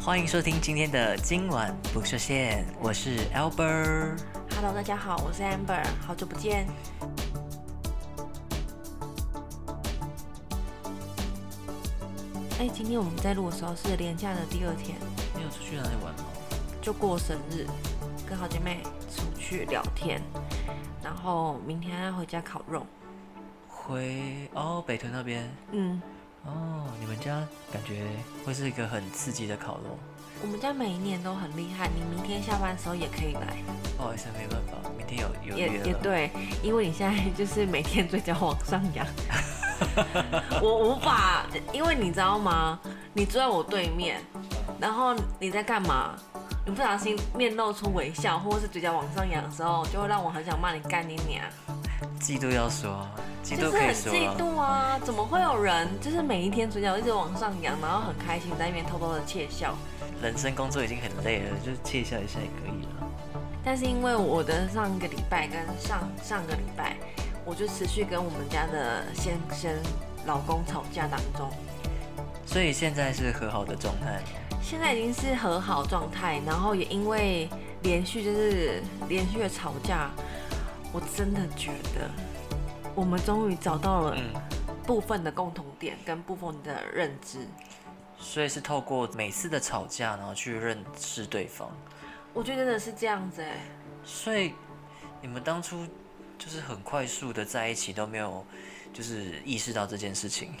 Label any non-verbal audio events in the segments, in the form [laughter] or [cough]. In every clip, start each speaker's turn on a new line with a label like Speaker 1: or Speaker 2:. Speaker 1: 欢迎收听今天的今晚不设限，我是 Albert。
Speaker 2: Hello，大家好，我是 Amber，好久不见。哎、今天我们在录的时候是连假的第二天，
Speaker 1: 你有出去哪里玩吗？
Speaker 2: 就过生日，跟好姐妹出去聊天，然后明天要回家烤肉。
Speaker 1: 回哦，北屯那边
Speaker 2: 嗯，
Speaker 1: 哦，你们家感觉会是一个很刺激的烤肉。
Speaker 2: 我们家每一年都很厉害，你明天下班的时候也可以来，
Speaker 1: 不好意思，哦没办法，明天有有
Speaker 2: 也
Speaker 1: 约
Speaker 2: 也
Speaker 1: 了。
Speaker 2: 对，因为你现在就是每天嘴角往上
Speaker 1: [laughs]
Speaker 2: 扬。我无法，因为你知道吗？你坐在我对面，然后你在干嘛？你不小心面露出微笑，或者是嘴角往上扬的时候，就会让我很想骂你干你娘，
Speaker 1: 嫉妒要说啊，嫉
Speaker 2: 就
Speaker 1: 妒
Speaker 2: 是
Speaker 1: 可
Speaker 2: 很
Speaker 1: 以说
Speaker 2: 嫉
Speaker 1: 啊。
Speaker 2: 妒啊！怎么会有人就是每一天嘴角一直往上扬，然后很开心在那边偷偷的窃笑？
Speaker 1: 人生工作已经很累了，就窃笑一下也可以了。
Speaker 2: 但是因为我的上个礼拜跟上上个礼拜，我就持续跟我们家的先生、老公吵架当中，
Speaker 1: 所以现在是和好的状态。
Speaker 2: 现在已经是和好状态，然后也因为连续就是连续的吵架，我真的觉得我们终于找到了
Speaker 1: 嗯，
Speaker 2: 部分的共同点跟部分的认知。
Speaker 1: 所以是透过每次的吵架，然后去认识对方。
Speaker 2: 我觉得真的是这样子哎、
Speaker 1: 所以你们当初就是很快速的在一起，都没有就是意识到这件事情。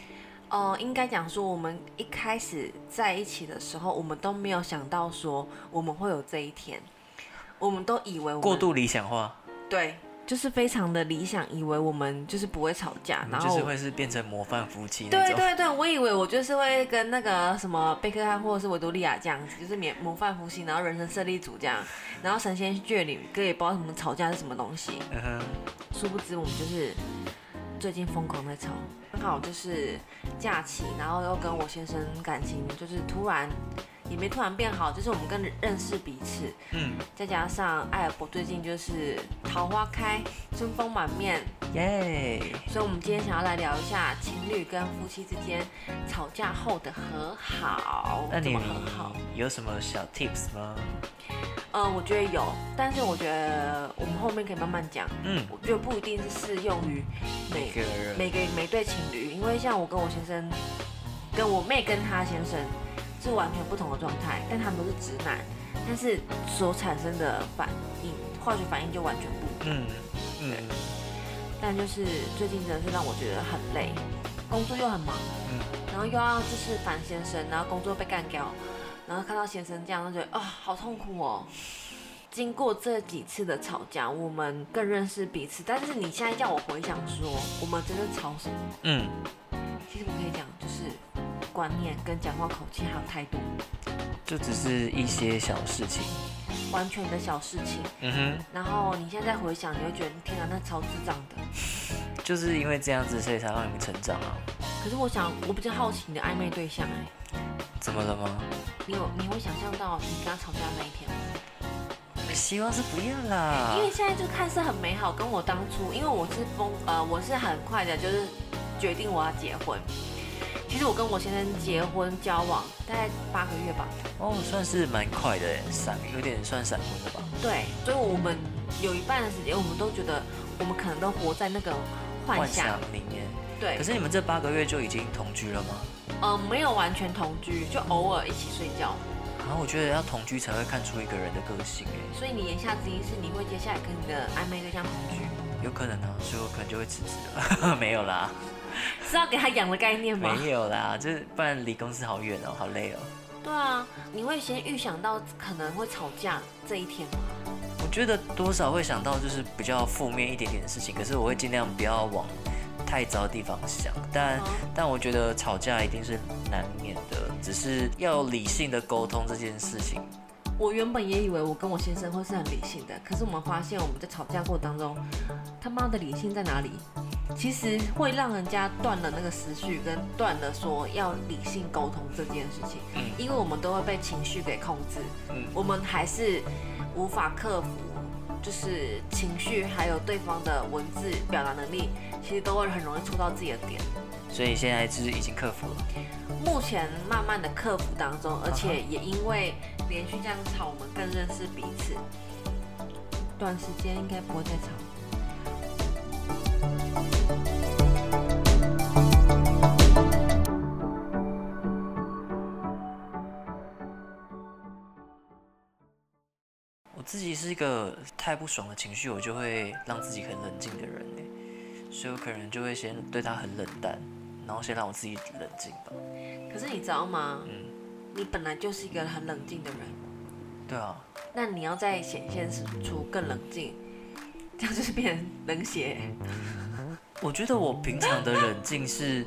Speaker 2: 呃，应该讲说，我们一开始在一起的时候，我们都没有想到说我们会有这一天，我们都以为我们
Speaker 1: 过度理想化，
Speaker 2: 对，就是非常的理想，以为我们就是不会吵架，啊然
Speaker 1: 就
Speaker 2: 后
Speaker 1: 是会是变成模范夫妻那
Speaker 2: 对
Speaker 1: 种。
Speaker 2: 对对，我以为我就是会跟那个什么贝克汉或者是维多利亚这样子，就是免模范夫妻，然后人生胜利组这样，然后神仙眷侣，哥也不知道什么吵架是什么东西。
Speaker 1: 嗯哼，
Speaker 2: 殊不知我们就是最近疯狂在吵，刚好就是假期，然后又跟我先生感情就是突然也没突然变好，就是我们更认识彼此，
Speaker 1: 嗯，
Speaker 2: 再加上艾尔伯最近就是桃花开，春风满面，
Speaker 1: 耶、
Speaker 2: 所以我们今天想要来聊一下情侣跟夫妻之间吵架后的和好，
Speaker 1: 那
Speaker 2: 怎
Speaker 1: 你
Speaker 2: 么和好？
Speaker 1: 有什么小 tips 吗？
Speaker 2: 呃，我觉得有，但是我觉得我们后面可以慢慢讲，
Speaker 1: 嗯，
Speaker 2: 我觉得不一定是适用于每
Speaker 1: 每个人，
Speaker 2: 每个每对情侣，因为像我跟我先生，跟我妹跟她先生是完全不同的状态，但他们都是直男，但是所产生的反应化学反应就完全不一样。
Speaker 1: 嗯嗯
Speaker 2: 但就是最近真的是让我觉得很累，工作又很忙，
Speaker 1: 嗯
Speaker 2: 然后又要就是烦先生，然后工作被干掉，然后看到先生这样，就觉得啊、好痛苦哦。经过这几次的吵架，我们更认识彼此。但是你现在叫我回想说，我们真的吵什么？
Speaker 1: 嗯，
Speaker 2: 其实我可以讲，就是观念跟讲话口气还有态度，
Speaker 1: 就只是一些小事情。
Speaker 2: 完全的小事情。
Speaker 1: 嗯
Speaker 2: 然后你现在回想，你会觉得天哪，那超智障的。
Speaker 1: 哼，就是因为这样子，所以才让你们成长啊。
Speaker 2: 可是我想，我比较好奇你的暧昧对象哎、
Speaker 1: 怎么了吗？
Speaker 2: 你有你会想象到你跟他吵架那一天吗？
Speaker 1: 希望是不要啦。
Speaker 2: 因为现在就看似很美好，跟我当初，因为我是疯呃，我是很快的，就是决定我要结婚。其实我跟我先生结婚交往大概八个月吧，
Speaker 1: 哦，算是蛮快的耶，闪有点算闪婚了吧？
Speaker 2: 对，所以我们有一半的时间，我们都觉得我们可能都活在那个幻想
Speaker 1: 里面。
Speaker 2: 对，
Speaker 1: 可是你们这八个月就已经同居了吗？
Speaker 2: 呃，没有完全同居，就偶尔一起睡觉。
Speaker 1: 然啊后我觉得要同居才会看出一个人的个性，哎，
Speaker 2: 所以你言下之意是你会接下来跟你的暧昧对象同居，
Speaker 1: 有可能啊，所以我可能就会辞职了。 [laughs] 没有啦，
Speaker 2: 是要给他养的概念吗？
Speaker 1: 没有啦，就是不然离公司好远哦，好累哦。
Speaker 2: 对啊，你会先预想到可能会吵架这一天吗？
Speaker 1: 我觉得多少会想到就是比较负面一点点的事情，可是我会尽量不要往太糟的地方想。但、
Speaker 2: 嗯
Speaker 1: 但我觉得吵架一定是难免的，只是要理性的沟通这件事情。
Speaker 2: 我原本也以为我跟我先生会是很理性的，可是我们发现我们在吵架过程当中，他妈的理性在哪里？其实会让人家断了那个思绪，跟断了说要理性沟通这件事情，
Speaker 1: 嗯
Speaker 2: 因为我们都会被情绪给控制，
Speaker 1: 嗯
Speaker 2: 我们还是无法克服，就是情绪还有对方的文字表达能力，其实都会很容易戳到自己的点。
Speaker 1: 所以现在就是已经克服了。
Speaker 2: 目前慢慢的克服当中，而且也因为连续这样吵，我们更认识彼此。短时间应该不会再吵。
Speaker 1: 我自己是一个太不爽的情绪，我就会让自己很冷静的人哎，所以我可能就会先对他很冷淡，然后先让我自己冷静吧。
Speaker 2: 可是你知道吗？你本来就是一个很冷静的人，
Speaker 1: 对啊，
Speaker 2: 那你要再显现出更冷静，这样就是变成冷血。
Speaker 1: 我觉得我平常的冷静是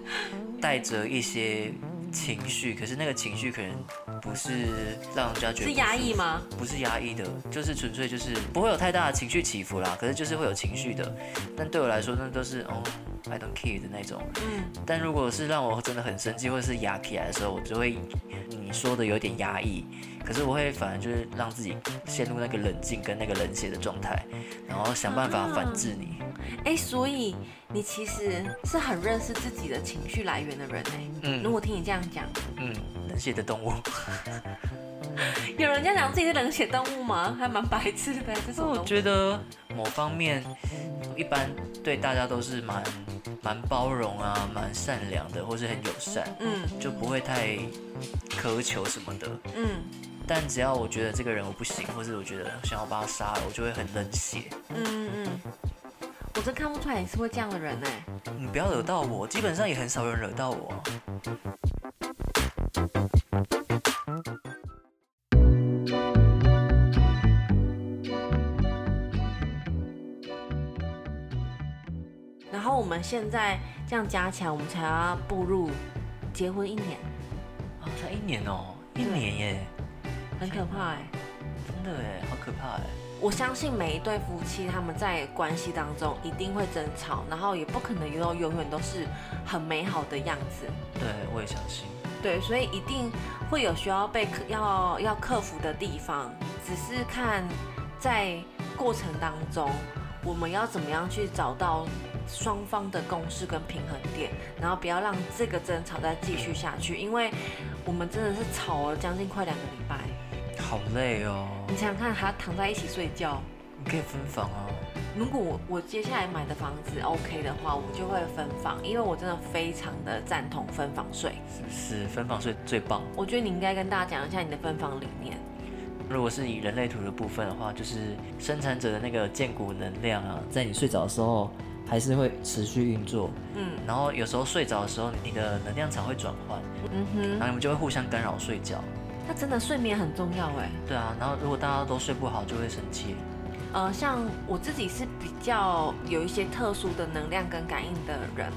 Speaker 1: 带着一些情绪，可是那个情绪可能不是让人家觉得
Speaker 2: 是压抑吗？
Speaker 1: 不是压抑的，就是纯粹就是不会有太大的情绪起伏啦。可是就是会有情绪的，但对我来说那都是哦，I don't care 的那种。
Speaker 2: 嗯，
Speaker 1: 但如果是让我真的很生气或者是压起来的时候，我就会你说的有点压抑，可是我会反而就是让自己陷入那个冷静跟那个冷血的状态，然后想办法反制你。
Speaker 2: 哎、所以你其实是很认识自己的情绪来源的人哎、
Speaker 1: 嗯
Speaker 2: 如果听你这样讲，
Speaker 1: 嗯，冷血的动物。
Speaker 2: 有人家讲自己是冷血动物吗？还蛮白痴的，这是
Speaker 1: 那我
Speaker 2: 我
Speaker 1: 觉得某方面，一般对大家都是蛮蛮包容啊，蛮善良的，或是很友善，
Speaker 2: 嗯
Speaker 1: 就不会太苛求什么的。
Speaker 2: 嗯
Speaker 1: 但只要我觉得这个人我不行，或是我觉得想要把他杀了，我就会很冷血。
Speaker 2: 嗯嗯嗯，我真看不出来你是会这样的人哎、
Speaker 1: 你不要惹到我，基本上也很少人惹到我啊。
Speaker 2: 然后我们现在这样加起来，我们才要步入结婚一年，
Speaker 1: 啊，才一年哦、一年耶，
Speaker 2: 很可怕哎、
Speaker 1: 真的耶，好可怕耶。
Speaker 2: 我相信每一对夫妻他们在关系当中一定会争吵，然后也不可能永永远都是很美好的样子。
Speaker 1: 对，我也相信。
Speaker 2: 对，所以一定会有需要被克要要克服的地方，只是看在过程当中，我们要怎么样去找到双方的共识跟平衡点，然后不要让这个争吵再继续下去，因为我们真的是吵了将近快两个礼拜，
Speaker 1: 好累哦、
Speaker 2: 你想想看，还要躺在一起睡觉。
Speaker 1: 你可以分房啊。
Speaker 2: 如果我我接下来买的房子 OK 的话，我就会分房，因为我真的非常的赞同分房税。
Speaker 1: 是不是分房睡最棒？
Speaker 2: 我觉得你应该跟大家讲一下你的分房理念。
Speaker 1: 如果是以人类图的部分的话，就是生产者的那个建骨能量啊，在你睡着的时候还是会持续运作，
Speaker 2: 嗯
Speaker 1: 然后有时候睡着的时候，你的能量场会转换，
Speaker 2: 嗯哼
Speaker 1: 然，后你们就会互相干扰睡觉。
Speaker 2: 那真的睡眠很重要哎。
Speaker 1: 对啊，然后如果大家都睡不好，就会生气。
Speaker 2: 呃，像我自己是比较有一些特殊的能量跟感应的人，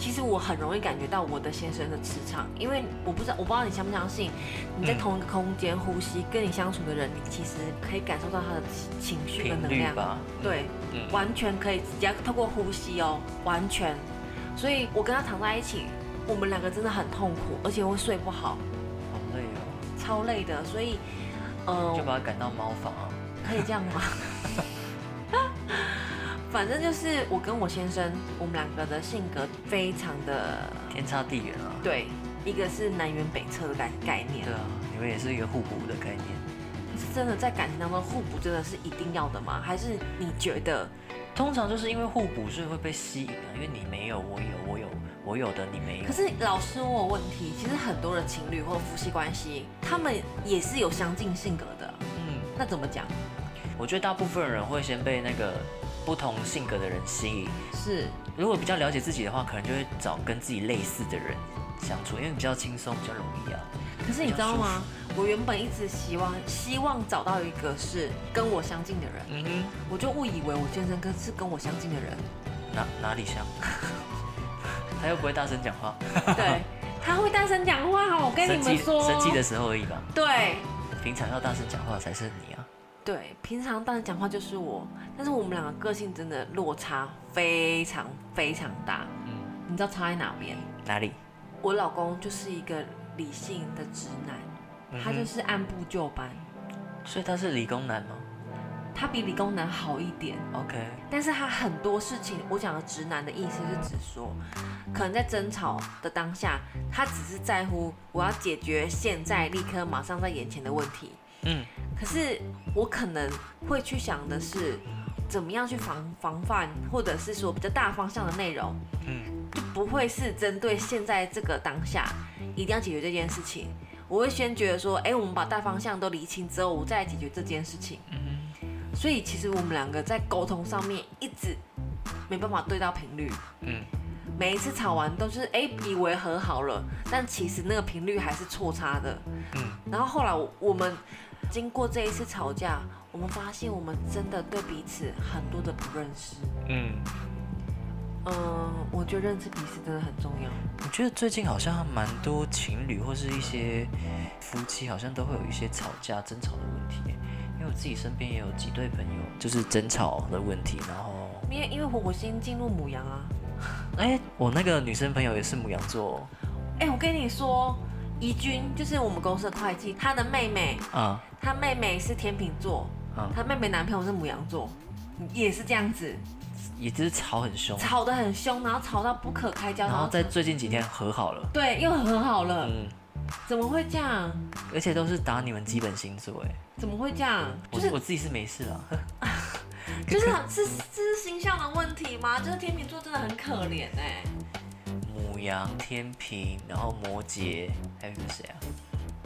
Speaker 2: 其实我很容易感觉到我的先生的磁场，因为我不知道我不知道你相不相信，你在
Speaker 1: 嗯
Speaker 2: 同一个空间呼吸，跟你相处的人，你其实可以感受到他的情情绪跟
Speaker 1: 频
Speaker 2: 能
Speaker 1: 率
Speaker 2: 量。
Speaker 1: 吧，
Speaker 2: 对，
Speaker 1: 嗯
Speaker 2: 完全可以，只要透过呼吸哦，完全。所以我跟他躺在一起，我们两个真的很痛苦，而且会睡不好，
Speaker 1: 好累哦，
Speaker 2: 超累的。所以，
Speaker 1: 就
Speaker 2: 呃，
Speaker 1: 把它赶到猫房啊。
Speaker 2: 可以这样吗？ [laughs] 反正就是我跟我先生，我们两个的性格非常的
Speaker 1: 天差地远啊。
Speaker 2: 对，一个是南辕北辙的概概念
Speaker 1: 对，啊，你们也是一个互补的概念。
Speaker 2: 可是真的在感情当中互补真的是一定要的吗？还是你觉得？
Speaker 1: 通常就是因为互补，所以会被吸引啊，因为你没有，我有，我有，我有的你没有
Speaker 2: 可。是老师问我有问题，其实很多的情侣或夫妻关系，他们也是有相近性格的。
Speaker 1: 嗯，
Speaker 2: 那怎么讲？
Speaker 1: 我觉得大部分人会先被那个不同性格的人吸引。
Speaker 2: 是
Speaker 1: 如果比较了解自己的话，可能就会找跟自己类似的人相处，因为比较轻松，比较容易啊。
Speaker 2: 可是你知道吗？我原本一直希望希望找到一个是跟我相近的人，
Speaker 1: 嗯哼，
Speaker 2: 我就误以为我健身哥是跟我相近的人，
Speaker 1: 哪哪里像？ [laughs] 他又不会大声讲话，
Speaker 2: 对，他会大声讲话，哦我跟你
Speaker 1: 生
Speaker 2: 们
Speaker 1: 气
Speaker 2: 说，
Speaker 1: 生气的时候而已吧。
Speaker 2: 对
Speaker 1: 平常要大声讲话才是你啊。
Speaker 2: 对，平常大声讲话就是我，但是我们两个个性真的落差非常非常大，
Speaker 1: 嗯，
Speaker 2: 你知道差在哪边？
Speaker 1: 哪里？
Speaker 2: 我老公就是一个理性的
Speaker 1: 嗯
Speaker 2: 直男，他就是按部就班。
Speaker 1: 所以他是理工男吗？
Speaker 2: 他比理工男好一点，
Speaker 1: OK，
Speaker 2: 但是他很多事情，我讲的直男的意思是指说，可能在争吵的当下，他只是在乎我要解决现在立刻马上在眼前的问题，
Speaker 1: 嗯，
Speaker 2: 可是我可能会去想的是，怎么样去防防范，或者是说比较大方向的内容，
Speaker 1: 嗯，
Speaker 2: 就不会是针对现在这个当下一定要解决这件事情。我会先觉得说，哎、我们把大方向都理清之后，我再来解决这件事情。所以其实我们两个在沟通上面一直没办法对到频率。
Speaker 1: 嗯，
Speaker 2: 每一次吵完都是哎、以为和好了，但其实那个频率还是错差的。
Speaker 1: 嗯，
Speaker 2: 然后后来我我们经过这一次吵架，我们发现我们真的对彼此很多的不认识。
Speaker 1: 嗯，
Speaker 2: 嗯，我觉得认识彼此真的很重要。
Speaker 1: 我觉得最近好像蛮多情侣或是一些夫妻，好像都会有一些吵架、争吵的问题。因为我自己身边也有几对朋友，就是争吵的问题。然后，
Speaker 2: 因为因为火火星进入母羊啊，
Speaker 1: 哎、我那个女生朋友也是母羊座
Speaker 2: 哎、我跟你说，怡君就是我们公司的会计，她的妹妹，
Speaker 1: 哦啊、
Speaker 2: 她妹妹是天秤座，
Speaker 1: 啊、
Speaker 2: 她妹妹男朋友是母羊座，也是这样子，
Speaker 1: 也就是吵很凶，
Speaker 2: 吵得很凶，然后吵到不可开交，
Speaker 1: 哦然后在
Speaker 2: 吵
Speaker 1: 最近几天和好了。
Speaker 2: 对又和好了，
Speaker 1: 嗯，
Speaker 2: 怎么会这样？
Speaker 1: 而且都是打你们基本星座，哎，
Speaker 2: 怎么会这样？
Speaker 1: 我
Speaker 2: 就是
Speaker 1: 我自己是没事啦。
Speaker 2: 就是是是这是星象的问题吗？就是天秤座真的很可怜哎、
Speaker 1: 母羊、天平，然后摩羯，还有一个谁啊？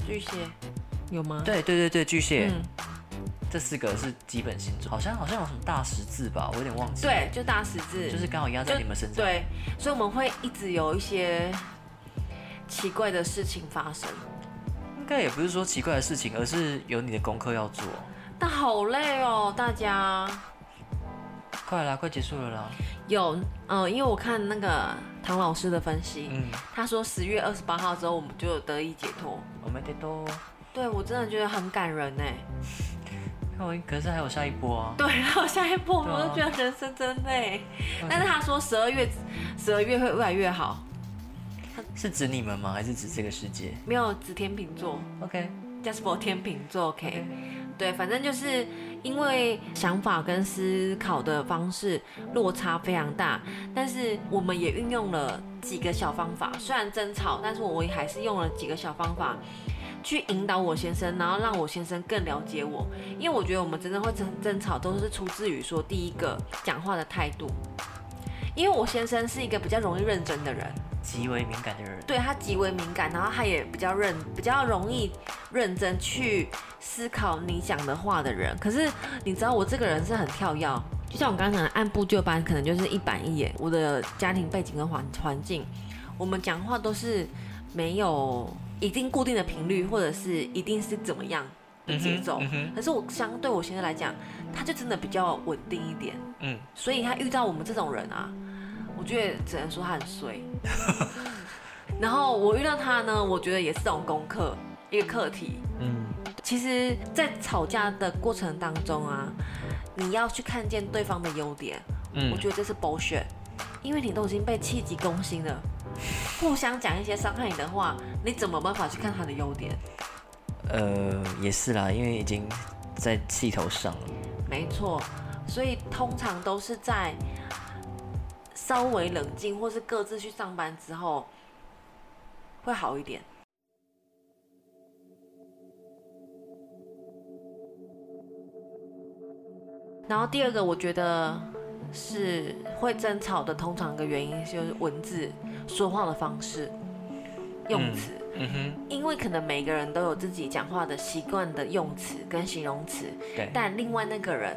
Speaker 2: 巨蟹有吗？
Speaker 1: 对对对对，巨蟹，
Speaker 2: 嗯，
Speaker 1: 这四个是基本星座，好像好像有什么大十字吧，我有点忘记。，
Speaker 2: 对，就大十字，
Speaker 1: 就是刚好压在你们身上。
Speaker 2: 对，所以我们会一直有一些奇怪的事情发生，
Speaker 1: 应该也不是说奇怪的事情，而是有你的功课要做。
Speaker 2: 但好累哦，大家。
Speaker 1: 快啦，快结束了啦。
Speaker 2: 有，嗯、因为我看那个唐老师的分析，
Speaker 1: 嗯，
Speaker 2: 他说十月二十八号之后我们就得以解脱。
Speaker 1: 我们得都，
Speaker 2: 对我真的觉得很感人哎。
Speaker 1: 那我哦可是还有下一波啊。
Speaker 2: 对， [laughs] 然后下一步我
Speaker 1: 对啊
Speaker 2: 们都觉得人生真累。但是他说十二月，十二月会越来越好，
Speaker 1: 是指你们吗？还是指这个世界
Speaker 2: 没有指天秤座
Speaker 1: ？OK，
Speaker 2: ，Jasper 天秤座 OK。
Speaker 1: OK
Speaker 2: 对，反正就是因为想法跟思考的方式落差非常大，但是我们也运用了几个小方法，虽然争吵，但是我也还是用了几个小方法去引导我先生，然后让我先生更了解我，因为我觉得我们真正会争争吵都是出自于说第一个讲话的态度。因为我先生是一个比较容易认真的人，
Speaker 1: 极为敏感的人。
Speaker 2: 对他极为敏感，然后他也比较认比较容易认真去思考你讲的话的人。可是你知道我这个人是很跳跃，就像我刚刚讲的，按部就班，可能就是一板一眼。我的家庭背景跟环环境，我们讲话都是没有一定固定的频率，或者是一定是怎么样的节奏。
Speaker 1: 嗯哼，
Speaker 2: 可是我相对我现在来讲，他就真的比较稳定一点，
Speaker 1: 嗯，
Speaker 2: 所以他遇到我们这种人啊，我觉得只能说他很衰。 [laughs] 然后我遇到他呢，我觉得也是这种功课，一个课题。
Speaker 1: 嗯，
Speaker 2: 其实，在吵架的过程当中啊，你要去看见对方的优点，
Speaker 1: 嗯
Speaker 2: 我觉得这是 bullshit，因为你都已经被气急攻心了，互相讲一些伤害你的话，你怎么办法去看他的优点？
Speaker 1: 呃，也是啦，因为已经在气头上了。
Speaker 2: 没错，所以通常都是在稍微冷静，或是各自去上班之后，会好一点。然后第二个，我觉得是会争吵的，通常一个原因就是文字说话的方式、用
Speaker 1: 嗯
Speaker 2: 词。
Speaker 1: 嗯哼，
Speaker 2: 因为可能每个人都有自己讲话的习惯的用词跟形容词，
Speaker 1: 对
Speaker 2: 但另外那个人，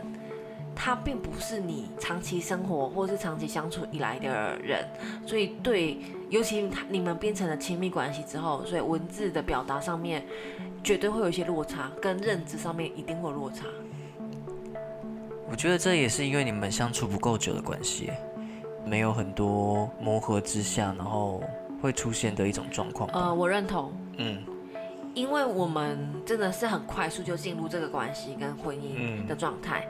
Speaker 2: 他并不是你长期生活或是长期相处以来的人，所以对，尤其他你们变成了亲密关系之后，所以文字的表达上面绝对会有一些落差，跟认知上面一定会有落差。
Speaker 1: 我觉得这也是因为你们相处不够久的关系，没有很多磨合之下，然后会出现的一种状况。
Speaker 2: 呃，我认同，
Speaker 1: 嗯
Speaker 2: 因为我们真的是很快速就进入这个关系跟婚姻
Speaker 1: 嗯
Speaker 2: 的状态，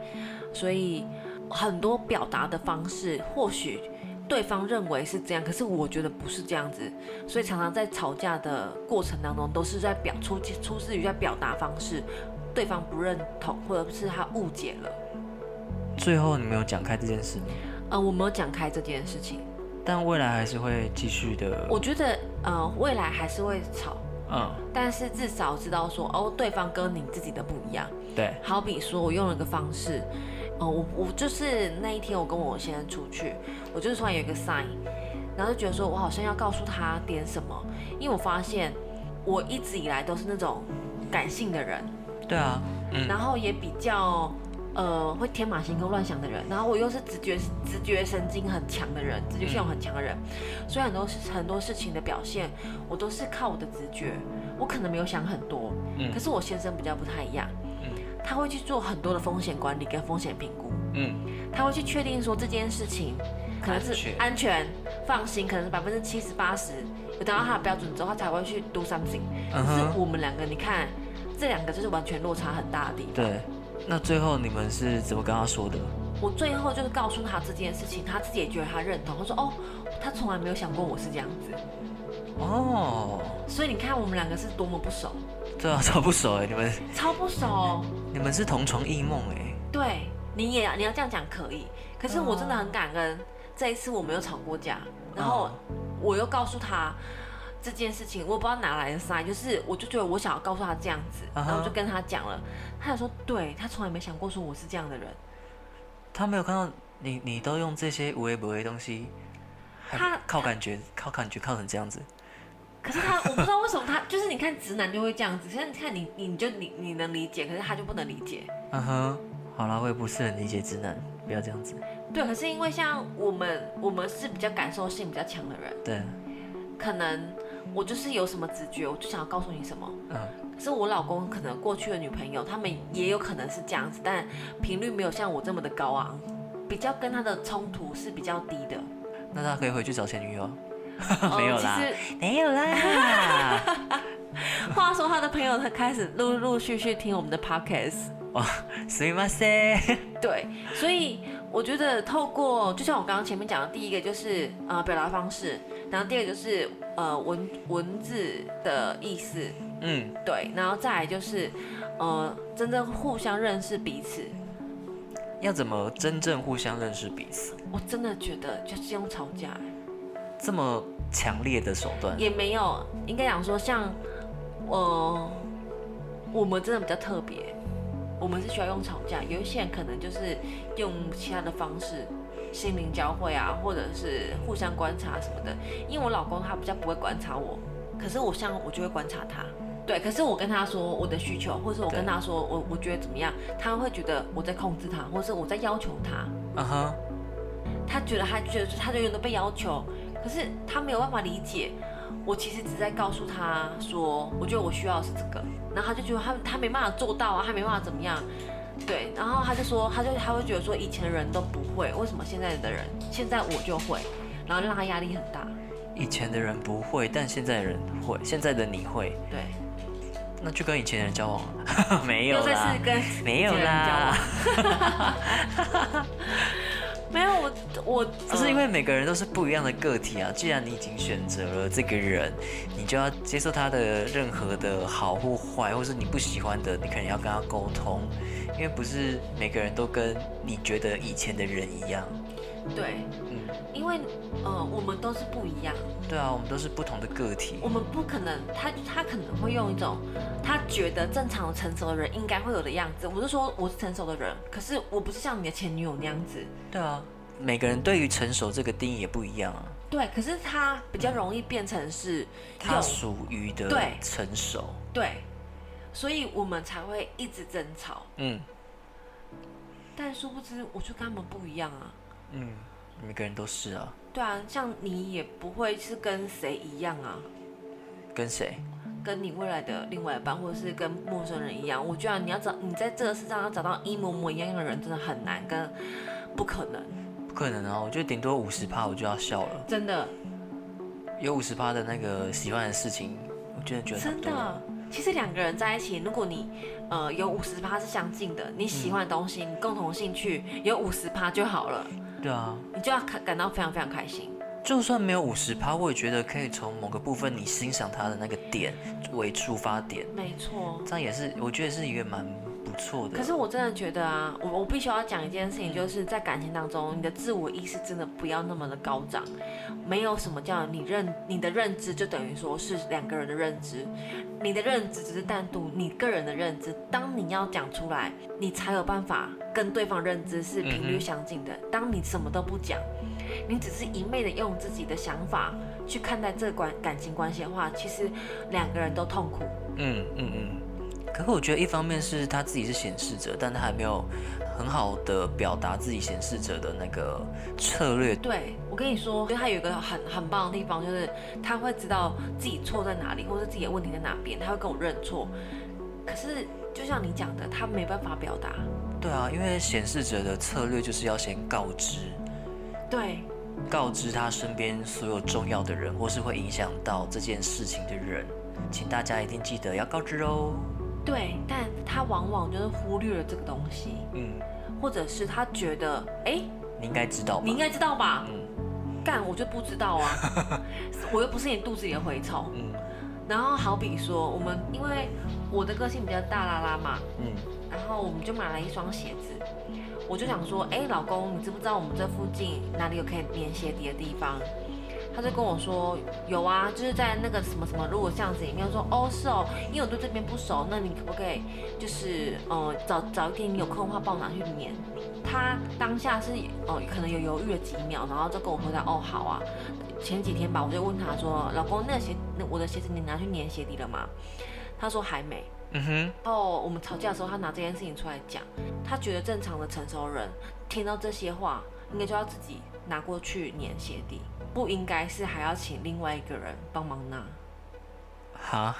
Speaker 2: 所以很多表达的方式或许对方认为是这样，可是我觉得不是这样子，所以常常在吵架的过程当中，都是在表出出自于在表达方式，对方不认同或者是他误解了，
Speaker 1: 最后你没有讲开这件事吗？
Speaker 2: 呃，我没有讲开这件事情，
Speaker 1: 但未来还是会继续的。
Speaker 2: 我觉得呃，未来还是会吵，
Speaker 1: 嗯，
Speaker 2: 但是至少知道说哦，对方跟你自己的不一样。
Speaker 1: 对，
Speaker 2: 好比说，我用了个方式，呃，我我就是那一天我跟我先生出去，我就是突然有一个 sign，然后就觉得说我好像要告诉他点什么，因为我发现我一直以来都是那种感性的人，
Speaker 1: 对啊，嗯，
Speaker 2: 然后也比较呃会天马行空乱想的人，然后我又是直觉直觉神经很强的人，直觉系统很强的
Speaker 1: 嗯
Speaker 2: 人，所以很多事很多事情的表现，我都是靠我的直觉，我可能没有想很多，
Speaker 1: 嗯
Speaker 2: 可是我先生比较不太一样，
Speaker 1: 嗯
Speaker 2: 他会去做很多的风险管理跟风险评估，
Speaker 1: 嗯，
Speaker 2: 他会去确定说这件事情可能是
Speaker 1: 安全
Speaker 2: 安全、放心，可能是百分之七十八十，有达到他的标准之后，他才会去 do something。可
Speaker 1: 嗯哼
Speaker 2: 是我们两个，你看这两个就是完全落差很大的地方。
Speaker 1: 对。那最后你们是怎么跟他说的？
Speaker 2: 我最后就是告诉他这件事情，他自己也觉得他认同，他说哦，他从来没有想过我是这样子。
Speaker 1: 哦，
Speaker 2: 所以你看我们两个是多么不熟，
Speaker 1: 对啊，超不熟哎，你们
Speaker 2: 超不熟。
Speaker 1: 你们是同床异梦哎，
Speaker 2: 对，你也你要这样讲可以，可是我真的很感恩，这一次我没有吵过架，然后
Speaker 1: 嗯
Speaker 2: 我又告诉他这件事情，我也不知道哪来的塞，就是我就觉得我想要告诉他这样子，
Speaker 1: 啊
Speaker 2: 然
Speaker 1: 哈
Speaker 2: 后我就跟他讲了，他也说对他从来没想过说我是这样的人，
Speaker 1: 他没有看到你，你都用这些无微不微的东西，还
Speaker 2: 他
Speaker 1: 靠感觉，靠感觉，靠成这样子，
Speaker 2: 可是他我不知道为什么他就是你看直男就会这样子，现在看你你你就你你能理解，可是他就不能理解。
Speaker 1: 嗯哼，好啦，我也不是很理解直男，不要这样子，
Speaker 2: 对，可是因为像我们，我们是比较感受性比较强的人，
Speaker 1: 对，
Speaker 2: 可能我就是有什么直觉，我就想要告诉你什么，
Speaker 1: 嗯，
Speaker 2: 可是我老公可能过去的女朋友，他们也有可能是这样子，但频率没有像我这么的高昂，比较跟他的冲突是比较低的。
Speaker 1: 那他可以回去找前女友，[laughs]
Speaker 2: 呃
Speaker 1: 没有啦
Speaker 2: 其
Speaker 1: 没有
Speaker 2: [laughs]
Speaker 1: 啦，
Speaker 2: 实话说，他的朋友他开始陆陆续续听我们的 podcast，
Speaker 1: すいません，
Speaker 2: 对，所以我觉得透过就像我刚刚前面讲的，第一个就是呃表达方式，然后第二个就是呃文文字的意思，
Speaker 1: [laughs] 嗯，
Speaker 2: 对，然后再来就是呃真正互相认识彼此。
Speaker 1: 要怎么真正互相认识彼此？
Speaker 2: 我真的觉得就是用吵架、欸
Speaker 1: 这么强烈的手段，
Speaker 2: 也没有，应该讲说像，呃，我们真的比较特别，我们是需要用吵架，有一些人可能就是用其他的方式，心灵交汇啊，或者是互相观察什么的。因为我老公他比较不会观察我，可是我像我就会观察他。对，可是我跟他说我的需求，或者是我跟
Speaker 1: 对
Speaker 2: 他说我我觉得怎么样，他会觉得我在控制他，或是我在要求他。
Speaker 1: 嗯哼，
Speaker 2: 他觉得他觉得他就有点被要求，可是他没有办法理解。我其实只在告诉他说，我觉得我需要的是这个，然后他就觉得他他没办法做到啊，他没办法怎么样，对，然后他就说，他就他会觉得说以前的人都不会，为什么现在的人现在我就会，然后就让他压力很大，
Speaker 1: 以前的人不会，但现在的人会，现在的你会，
Speaker 2: 对，
Speaker 1: 那就跟以前的人交往了， [laughs] 没有
Speaker 2: 又再
Speaker 1: 啦
Speaker 2: 次，跟
Speaker 1: 没有
Speaker 2: 以前的人交
Speaker 1: 啦
Speaker 2: 往。
Speaker 1: [laughs]
Speaker 2: 没有我我
Speaker 1: 不是因为每个人都是不一样的个体啊，既然你已经选择了这个人，你就要接受他的任何的好或坏，或是你不喜欢的，你可能要跟他沟通，因为不是每个人都跟你觉得以前的人一样。
Speaker 2: 呃对，
Speaker 1: 嗯，
Speaker 2: 因为呃我们都是不一样。
Speaker 1: 对啊，我们都是不同的个体
Speaker 2: 我。们不可能，他他可能会用一种他觉得正常成熟的人应该会有的样子。我是说我是成熟的人，可是我不是像你的前女友那样子。
Speaker 1: 对啊，每个人对于成熟这个定义也不一样啊。
Speaker 2: 对，可是他比较容易变成是
Speaker 1: 他
Speaker 2: 用
Speaker 1: 属于的
Speaker 2: 对
Speaker 1: 成熟，
Speaker 2: 对，所以我们才会一直争吵。
Speaker 1: 嗯
Speaker 2: 但殊不知，我就跟他们不一样啊。
Speaker 1: 嗯，每个人都是啊。
Speaker 2: 对啊，像你也不会是跟谁一样啊，
Speaker 1: 跟谁？
Speaker 2: 跟你未来的另外一半，或者是跟陌生人一样。我觉得你要找你在这个世上要找到一模模一样的人，真的很难跟不可能，
Speaker 1: 不可能啊！我觉得顶多五十趴我就要笑了。
Speaker 2: 真的。
Speaker 1: 有五十趴的那个喜欢的事情，我真的觉得差不
Speaker 2: 真
Speaker 1: 多
Speaker 2: 的
Speaker 1: 了，
Speaker 2: 其实两个人在一起，如果你呃有五十趴是相近的，你喜欢的东西，你共同兴趣有五十趴就好了，
Speaker 1: 对啊，
Speaker 2: 你就要感感到非常非常开心。
Speaker 1: 就算没有五十趴，我也觉得可以从某个部分你欣赏他的那个点为出发点，
Speaker 2: 没错，
Speaker 1: 这样也是我觉得是一个蛮不错的。
Speaker 2: 可是我真的觉得啊，我我必须要讲一件事情，就是在感情当中，你的自我意识真的不要那么的高涨，没有什么叫你认你的认知就等于说是两个人的认知，你的认知只是单独你个人的认知。当你要讲出来，你才有办法跟对方认知是频率相近的。当你什么都不讲，你只是一昧的用自己的想法去看待这关感情关系的话，其实两个人都痛苦。
Speaker 1: 嗯嗯嗯。可是我觉得一方面是他自己是显示者，但他还没有很好的表达自己显示者的那个策略。
Speaker 2: 对，我跟你说，就他有一个很很棒的地方，就是他会知道自己错在哪里，或者自己的问题在哪边，他会跟我认错。可是就像你讲的，他没办法表达。
Speaker 1: 对啊，因为显示者的策略就是要先告知，
Speaker 2: 对，
Speaker 1: 告知他身边所有重要的人，或是会影响到这件事情的人，请大家一定记得要告知哦。
Speaker 2: 对，但他往往就是忽略了这个东西，
Speaker 1: 嗯，
Speaker 2: 或者是他觉得，哎，
Speaker 1: 你应该知道吧？
Speaker 2: 你应该知道吧？
Speaker 1: 嗯
Speaker 2: 干，我就不知道啊， [laughs] 我又不是你肚子里的蛔虫。
Speaker 1: 嗯
Speaker 2: 然后好比说，我们因为我的个性比较大啦啦嘛，
Speaker 1: 嗯
Speaker 2: 然后我们就买了一双鞋子，我就想说，哎、老公，你知不知道我们这附近哪里有可以粘鞋底的地方？他就跟我说有啊，就是在那个什么什么路的巷子里面。我说哦是哦，因为我对这边不熟，那你可不可以就是呃早早一点你有空的话帮我拿去粘？他当下是哦、呃可能有犹豫了几秒，然后就跟我回答哦好啊。前几天吧，我就问他说，老公那个鞋那我的鞋子你拿去粘鞋底了吗？他说还没。
Speaker 1: 嗯哼，
Speaker 2: 然后我们吵架的时候，他拿这件事情出来讲，他觉得正常的成熟人听到这些话，应该就要自己拿过去粘鞋底，不应该是还要请另外一个人帮忙拿。
Speaker 1: [laughs] 哈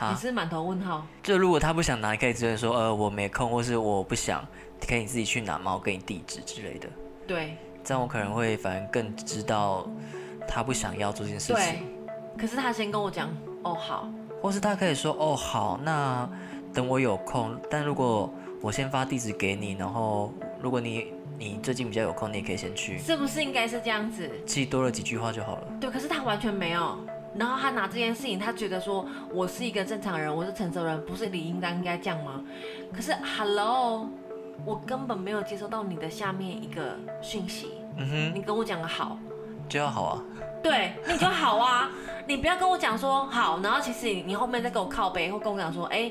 Speaker 2: 你
Speaker 1: 哈，
Speaker 2: 是满头问号？
Speaker 1: 就如果他不想拿，可以直接说呃我没空，或是我不想，可以自己去拿嘛，我给你地址之类的。
Speaker 2: 对
Speaker 1: 这样我可能会反而更知道他不想要做这件事
Speaker 2: 对
Speaker 1: 情，，
Speaker 2: 可是他先跟我讲，哦好，
Speaker 1: 或是他可以说哦好，那等我有空，但如果我先发地址给你，然后如果你你最近比较有空，你也可以先去，
Speaker 2: 是不是应该是这样子？
Speaker 1: 其实多了几句话就好了。
Speaker 2: 对，可是他完全没有。然后他拿这件事情，他觉得说我是一个正常人，我是成熟人，不是理应当应该这样吗？可是 Hello，我根本没有接收到你的下面一个讯息，
Speaker 1: 嗯哼，
Speaker 2: 你跟我讲个好，
Speaker 1: 就要好啊。
Speaker 2: 对，你就好啊，你不要跟我讲说好，然后其实你你后面再跟我靠背，或跟我讲说，哎、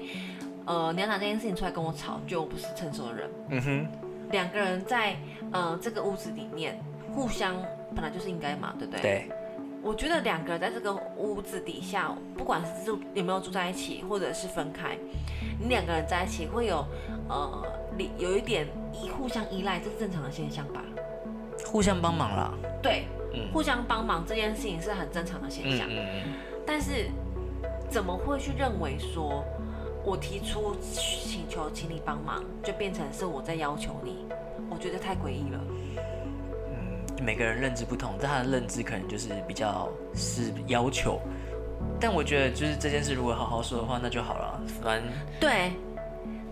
Speaker 2: 呃，你要拿这件事情出来跟我吵，就我不是成熟的人。
Speaker 1: 嗯哼，
Speaker 2: 两个人在呃这个屋子里面互相本来就是应该嘛，对不对？
Speaker 1: 对，
Speaker 2: 我觉得两个人在这个屋子底下，不管是住有没有住在一起，或者是分开，你两个人在一起会有呃，你有一点依互相依赖，这是正常的现象吧？
Speaker 1: 互相帮忙啦。
Speaker 2: 对，
Speaker 1: 嗯
Speaker 2: 互相帮忙这件事情是很正常的现
Speaker 1: 嗯
Speaker 2: 象。
Speaker 1: 嗯
Speaker 2: 但是怎么会去认为说我提出请求，请你帮忙，就变成是我在要求你？我觉得太诡异了。
Speaker 1: 嗯，每个人认知不同，但他的认知可能就是比较是要求。但我觉得就是这件事，如果好好说的话，那就好了。反正
Speaker 2: 对，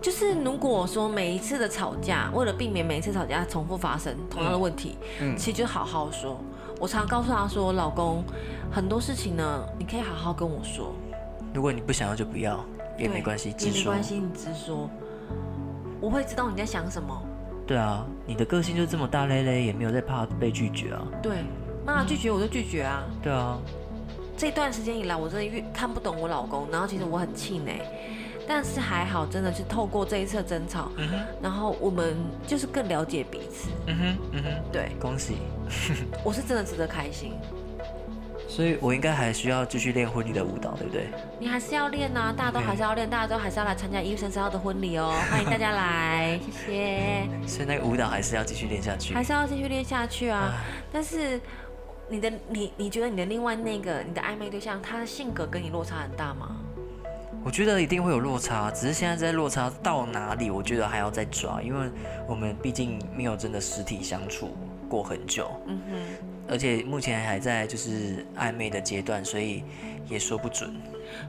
Speaker 2: 就是如果说每一次的吵架，为了避免每一次吵架重复发生同样的问题，
Speaker 1: 嗯
Speaker 2: 其实就好好说。我常告诉他说，老公，很多事情呢，你可以好好跟我说，
Speaker 1: 如果你不想要就不要，也没
Speaker 2: 对
Speaker 1: 关系，
Speaker 2: 也
Speaker 1: 直
Speaker 2: 没
Speaker 1: 说。
Speaker 2: 关系，你直说，我会知道你在想什么。
Speaker 1: 对啊，你的个性就这么大咧咧，也没有在怕被拒绝啊。
Speaker 2: 对，妈拒绝我就拒绝啊。
Speaker 1: 对啊，
Speaker 2: 这段时间以来，我真的越看不懂我老公，然后其实我很气馁，但是还好，真的是透过这一次的争吵，
Speaker 1: 嗯哼，
Speaker 2: 然后我们就是更了解彼此。
Speaker 1: 嗯哼，嗯哼，
Speaker 2: 对
Speaker 1: 恭喜。
Speaker 2: 我是真的值得开心，
Speaker 1: 所以我应该还需要继续练婚礼的舞蹈，对不对？
Speaker 2: 你还是要练呐、大家都还是要练，大家都还是要来参加一月三十号的婚
Speaker 1: [laughs]
Speaker 2: 礼哦，欢迎大家来，谢谢，
Speaker 1: 所以那个舞蹈还是要继续练下去
Speaker 2: 还。是要继续练下去啊。但是你的你你觉得你的另外那个你的暧昧对象，他的性格跟你落差很大吗？
Speaker 1: 我觉得一定会有落差，只是现在在落差到哪里，我觉得还要再抓，因为我们毕竟没有真的实体相处过很久，
Speaker 2: 嗯哼，
Speaker 1: 而且目前还在就是暧昧的阶段，所以也说不准。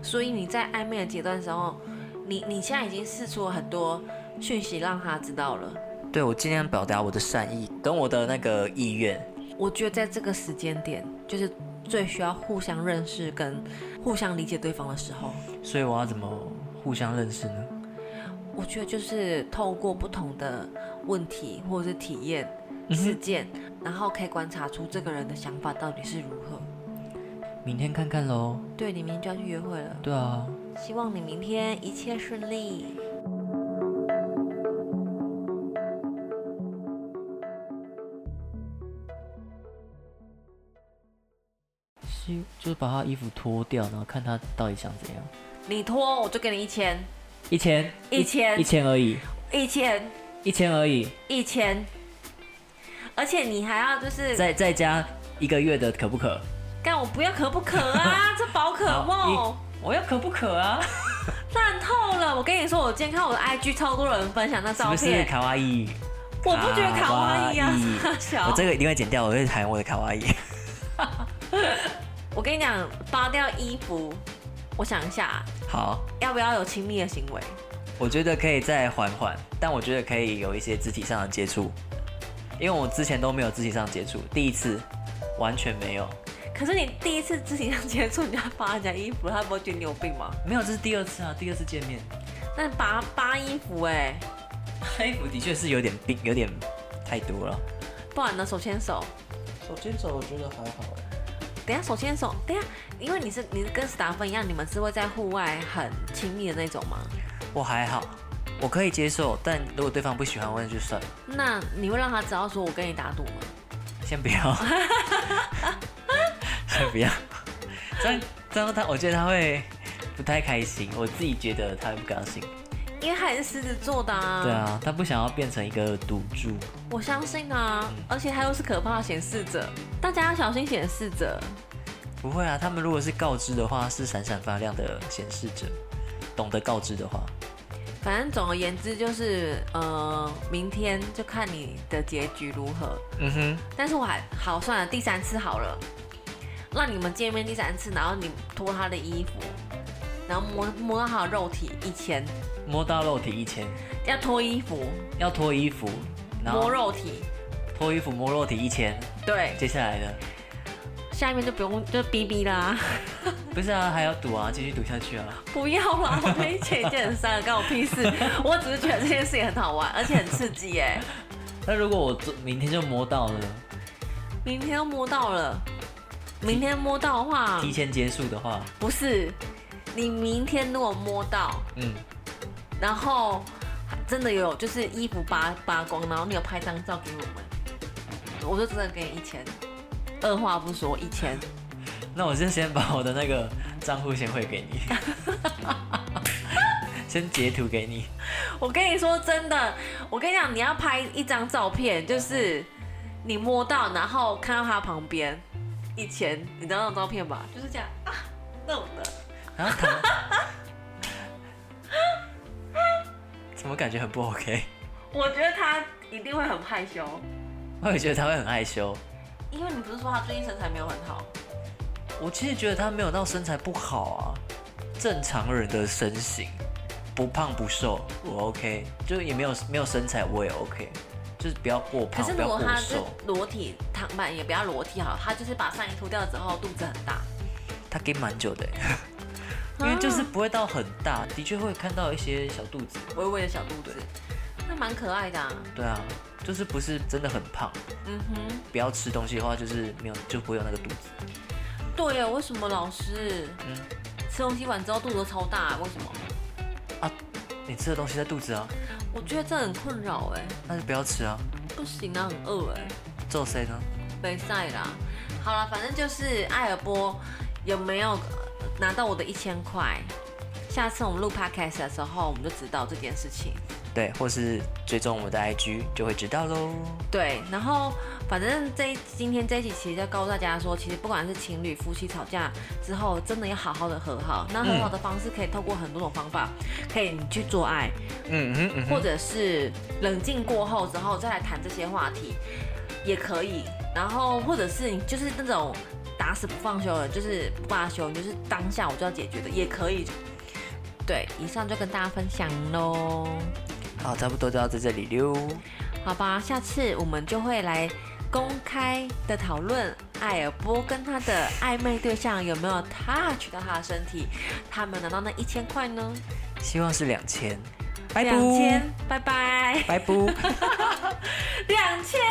Speaker 2: 所以你在暧昧的阶段的时候，你你现在已经试出了很多讯息让他知道了。
Speaker 1: 对我尽量表达我的善意跟我的那个意愿，
Speaker 2: 我觉得在这个时间点，就是最需要互相认识跟互相理解对方的时候。
Speaker 1: 所以我要怎么互相认识呢？
Speaker 2: 我觉得就是透过不同的问题或者是体验、事件，然后可以观察出这个人的想法到底是如何。
Speaker 1: 明天看看喽。
Speaker 2: 对，你明天就要去约会了，
Speaker 1: 对啊，
Speaker 2: 希望你明天一切顺利。
Speaker 1: 是就是把他衣服脱掉，然后看他到底想怎样。
Speaker 2: 你拖我就给你一千，
Speaker 1: 一千，
Speaker 2: 一千
Speaker 1: 一千而已，
Speaker 2: 一千，
Speaker 1: 一千而已，
Speaker 2: 一千，而且你还要就是，
Speaker 1: 再再加一个月的可不可？
Speaker 2: 干我不要可不可
Speaker 1: [laughs]
Speaker 2: 啊？这宝可梦
Speaker 1: 好。一我要可不可啊？
Speaker 2: 烂透了！我跟你说，我今天看我的 IG 超多人分享那
Speaker 1: 是
Speaker 2: 照
Speaker 1: 不是
Speaker 2: 片，
Speaker 1: 卡哇伊？
Speaker 2: 我不觉得卡哇伊啊
Speaker 1: 卡
Speaker 2: [laughs]
Speaker 1: 哇，
Speaker 2: 傻小
Speaker 1: 我。这个一定会剪掉，我会喊我的卡哇伊。
Speaker 2: 我跟你讲，扒掉衣服，我想一下，
Speaker 1: 好，
Speaker 2: 要不要有亲密的行为？
Speaker 1: 我觉得可以再缓缓，但我觉得可以有一些肢体上的接触，因为我之前都没有肢体上接触，第一次完全没有，
Speaker 2: 可是你第一次肢体上接触，你就要扒人家衣服，他不会觉得你有病吗？
Speaker 1: 没有，这是第二次啊，第二次见面，
Speaker 2: 那你扒扒衣服哎、
Speaker 1: 黑服的确是有点病，有点太多了。
Speaker 2: 不然呢？手牵手，
Speaker 1: 手牵手我觉得还好，
Speaker 2: 等一下手牵手，等一下，因为你是你是跟史达芬一样，你们是会在户外很亲密的那种吗？
Speaker 1: 我还好，我可以接受，但如果对方不喜欢，我那就算了，
Speaker 2: 那你会让他知道说我跟你打赌吗？
Speaker 1: 先不 [laughs] 要，先不要，这样这样他，我觉得他会不太开心，我自己觉得他会不高兴。
Speaker 2: 因为他也是狮子座的啊。
Speaker 1: 对啊，他不想要变成一个赌注。
Speaker 2: 我相信啊，而且他又是可怕的显示者，大家要小心显示者。
Speaker 1: 不会啊，他们如果是告知的话，是闪闪发亮的显示者。懂得告知的话，
Speaker 2: 反正总而言之就是，呃，明天就看你的结局如何。
Speaker 1: 嗯哼，
Speaker 2: 但是我还好算了，第三次好了，让你们见面第三次，然后你脱他的衣服，然后摸摸到他的肉体一千，
Speaker 1: 摸到肉体一千，
Speaker 2: 要脱衣服
Speaker 1: 要脱衣服，然
Speaker 2: 摸
Speaker 1: 后
Speaker 2: 肉体，
Speaker 1: 脱衣服摸肉体一千，
Speaker 2: 对，
Speaker 1: 接下来呢？
Speaker 2: 下面就不用就逼逼啦， [laughs]
Speaker 1: 不是啊，还要赌啊，继续赌下去啊。
Speaker 2: 不要啦，我跟你姐一件很伤，干我屁事，我只是觉得这件事情很好玩，而且很刺激耶、
Speaker 1: 那如果我昨明天就摸到了，
Speaker 2: 明天又摸到了，明天摸到的话，
Speaker 1: 提前结束的话，
Speaker 2: 不是你明天如果摸到，
Speaker 1: 嗯，
Speaker 2: 然后真的有就是衣服扒扒光，然后你有拍张照给我们，我就真的给你一千，二话不说一千。
Speaker 1: 那我就先把我的那个账户先汇给你， [laughs] 先截图给你。
Speaker 2: 我跟你说真的，我跟你讲，你要拍一张照片，
Speaker 1: 嗯
Speaker 2: 就是你摸到，然后看到他旁边一千，你知道那种照片吧？就是这样啊，那种的。
Speaker 1: 然后 [laughs] 躺，怎么感觉很不 OK？
Speaker 2: 我觉得他一定会很害羞。
Speaker 1: 我也觉得他会很害羞。
Speaker 2: 因为你不是说他最近身材没有很好，
Speaker 1: 我其实觉得他没有到身材不好啊，正常人的身形，不胖不瘦，我 OK，就也没有没有身材我也 OK，就是不要过
Speaker 2: 可
Speaker 1: 胖，
Speaker 2: 是
Speaker 1: 不
Speaker 2: 如
Speaker 1: 要
Speaker 2: 果
Speaker 1: 过
Speaker 2: 他是
Speaker 1: 瘦。
Speaker 2: 裸体躺板也不要裸体好了，他就是把上衣脱掉之后肚子很大，
Speaker 1: 他给蛮久的
Speaker 2: [laughs]
Speaker 1: 欸，因为就是不会到很大，的确会看到一些小肚子。
Speaker 2: 微微的小肚子，那蛮可爱的、啊。
Speaker 1: 对啊，就是不是真的很胖。
Speaker 2: 嗯哼，
Speaker 1: 不要吃东西的话，就是没有就不会有那个肚子。
Speaker 2: 对耶，为什么老师
Speaker 1: 嗯
Speaker 2: 吃东西完之后肚子都超大、为什么？
Speaker 1: 啊，你吃的东西在肚子啊，
Speaker 2: 我觉得这很困扰哎，
Speaker 1: 那就不要吃啊。
Speaker 2: 不行啊，很饿哎，
Speaker 1: 揍谁呢？
Speaker 2: 没晒啦。好了，反正就是艾尔波有没有呃拿到我的一千块？下次我们录 podcast 的时候，我们就知道这件事情。
Speaker 1: 对，或是追踪我们的 IG 就会知道喽。
Speaker 2: 对，然后反正这一今天这一集其实要告诉大家说，其实不管是情侣、夫妻吵架之后，真的要好好的和好。那和好的方式可以透过很多种方法，可以你去做爱，
Speaker 1: 嗯哼嗯
Speaker 2: 或者是冷静过后之后再来谈这些话题，也可以。然后或者是你就是那种打死不放休的，就是不罢休，你就是当下我就要解决的，也可以。对，以上就跟大家分享喽。
Speaker 1: 好，差不多就要在这里溜。
Speaker 2: 好吧，下次我们就会来公开的讨论艾尔波跟他的暧昧对象有没有 touch 到他的身体，他们拿到那一千块呢？
Speaker 1: 希望是两千，
Speaker 2: 拜
Speaker 1: 两千
Speaker 2: 拜，
Speaker 1: 拜拜，
Speaker 2: 拜拜。
Speaker 1: 两千。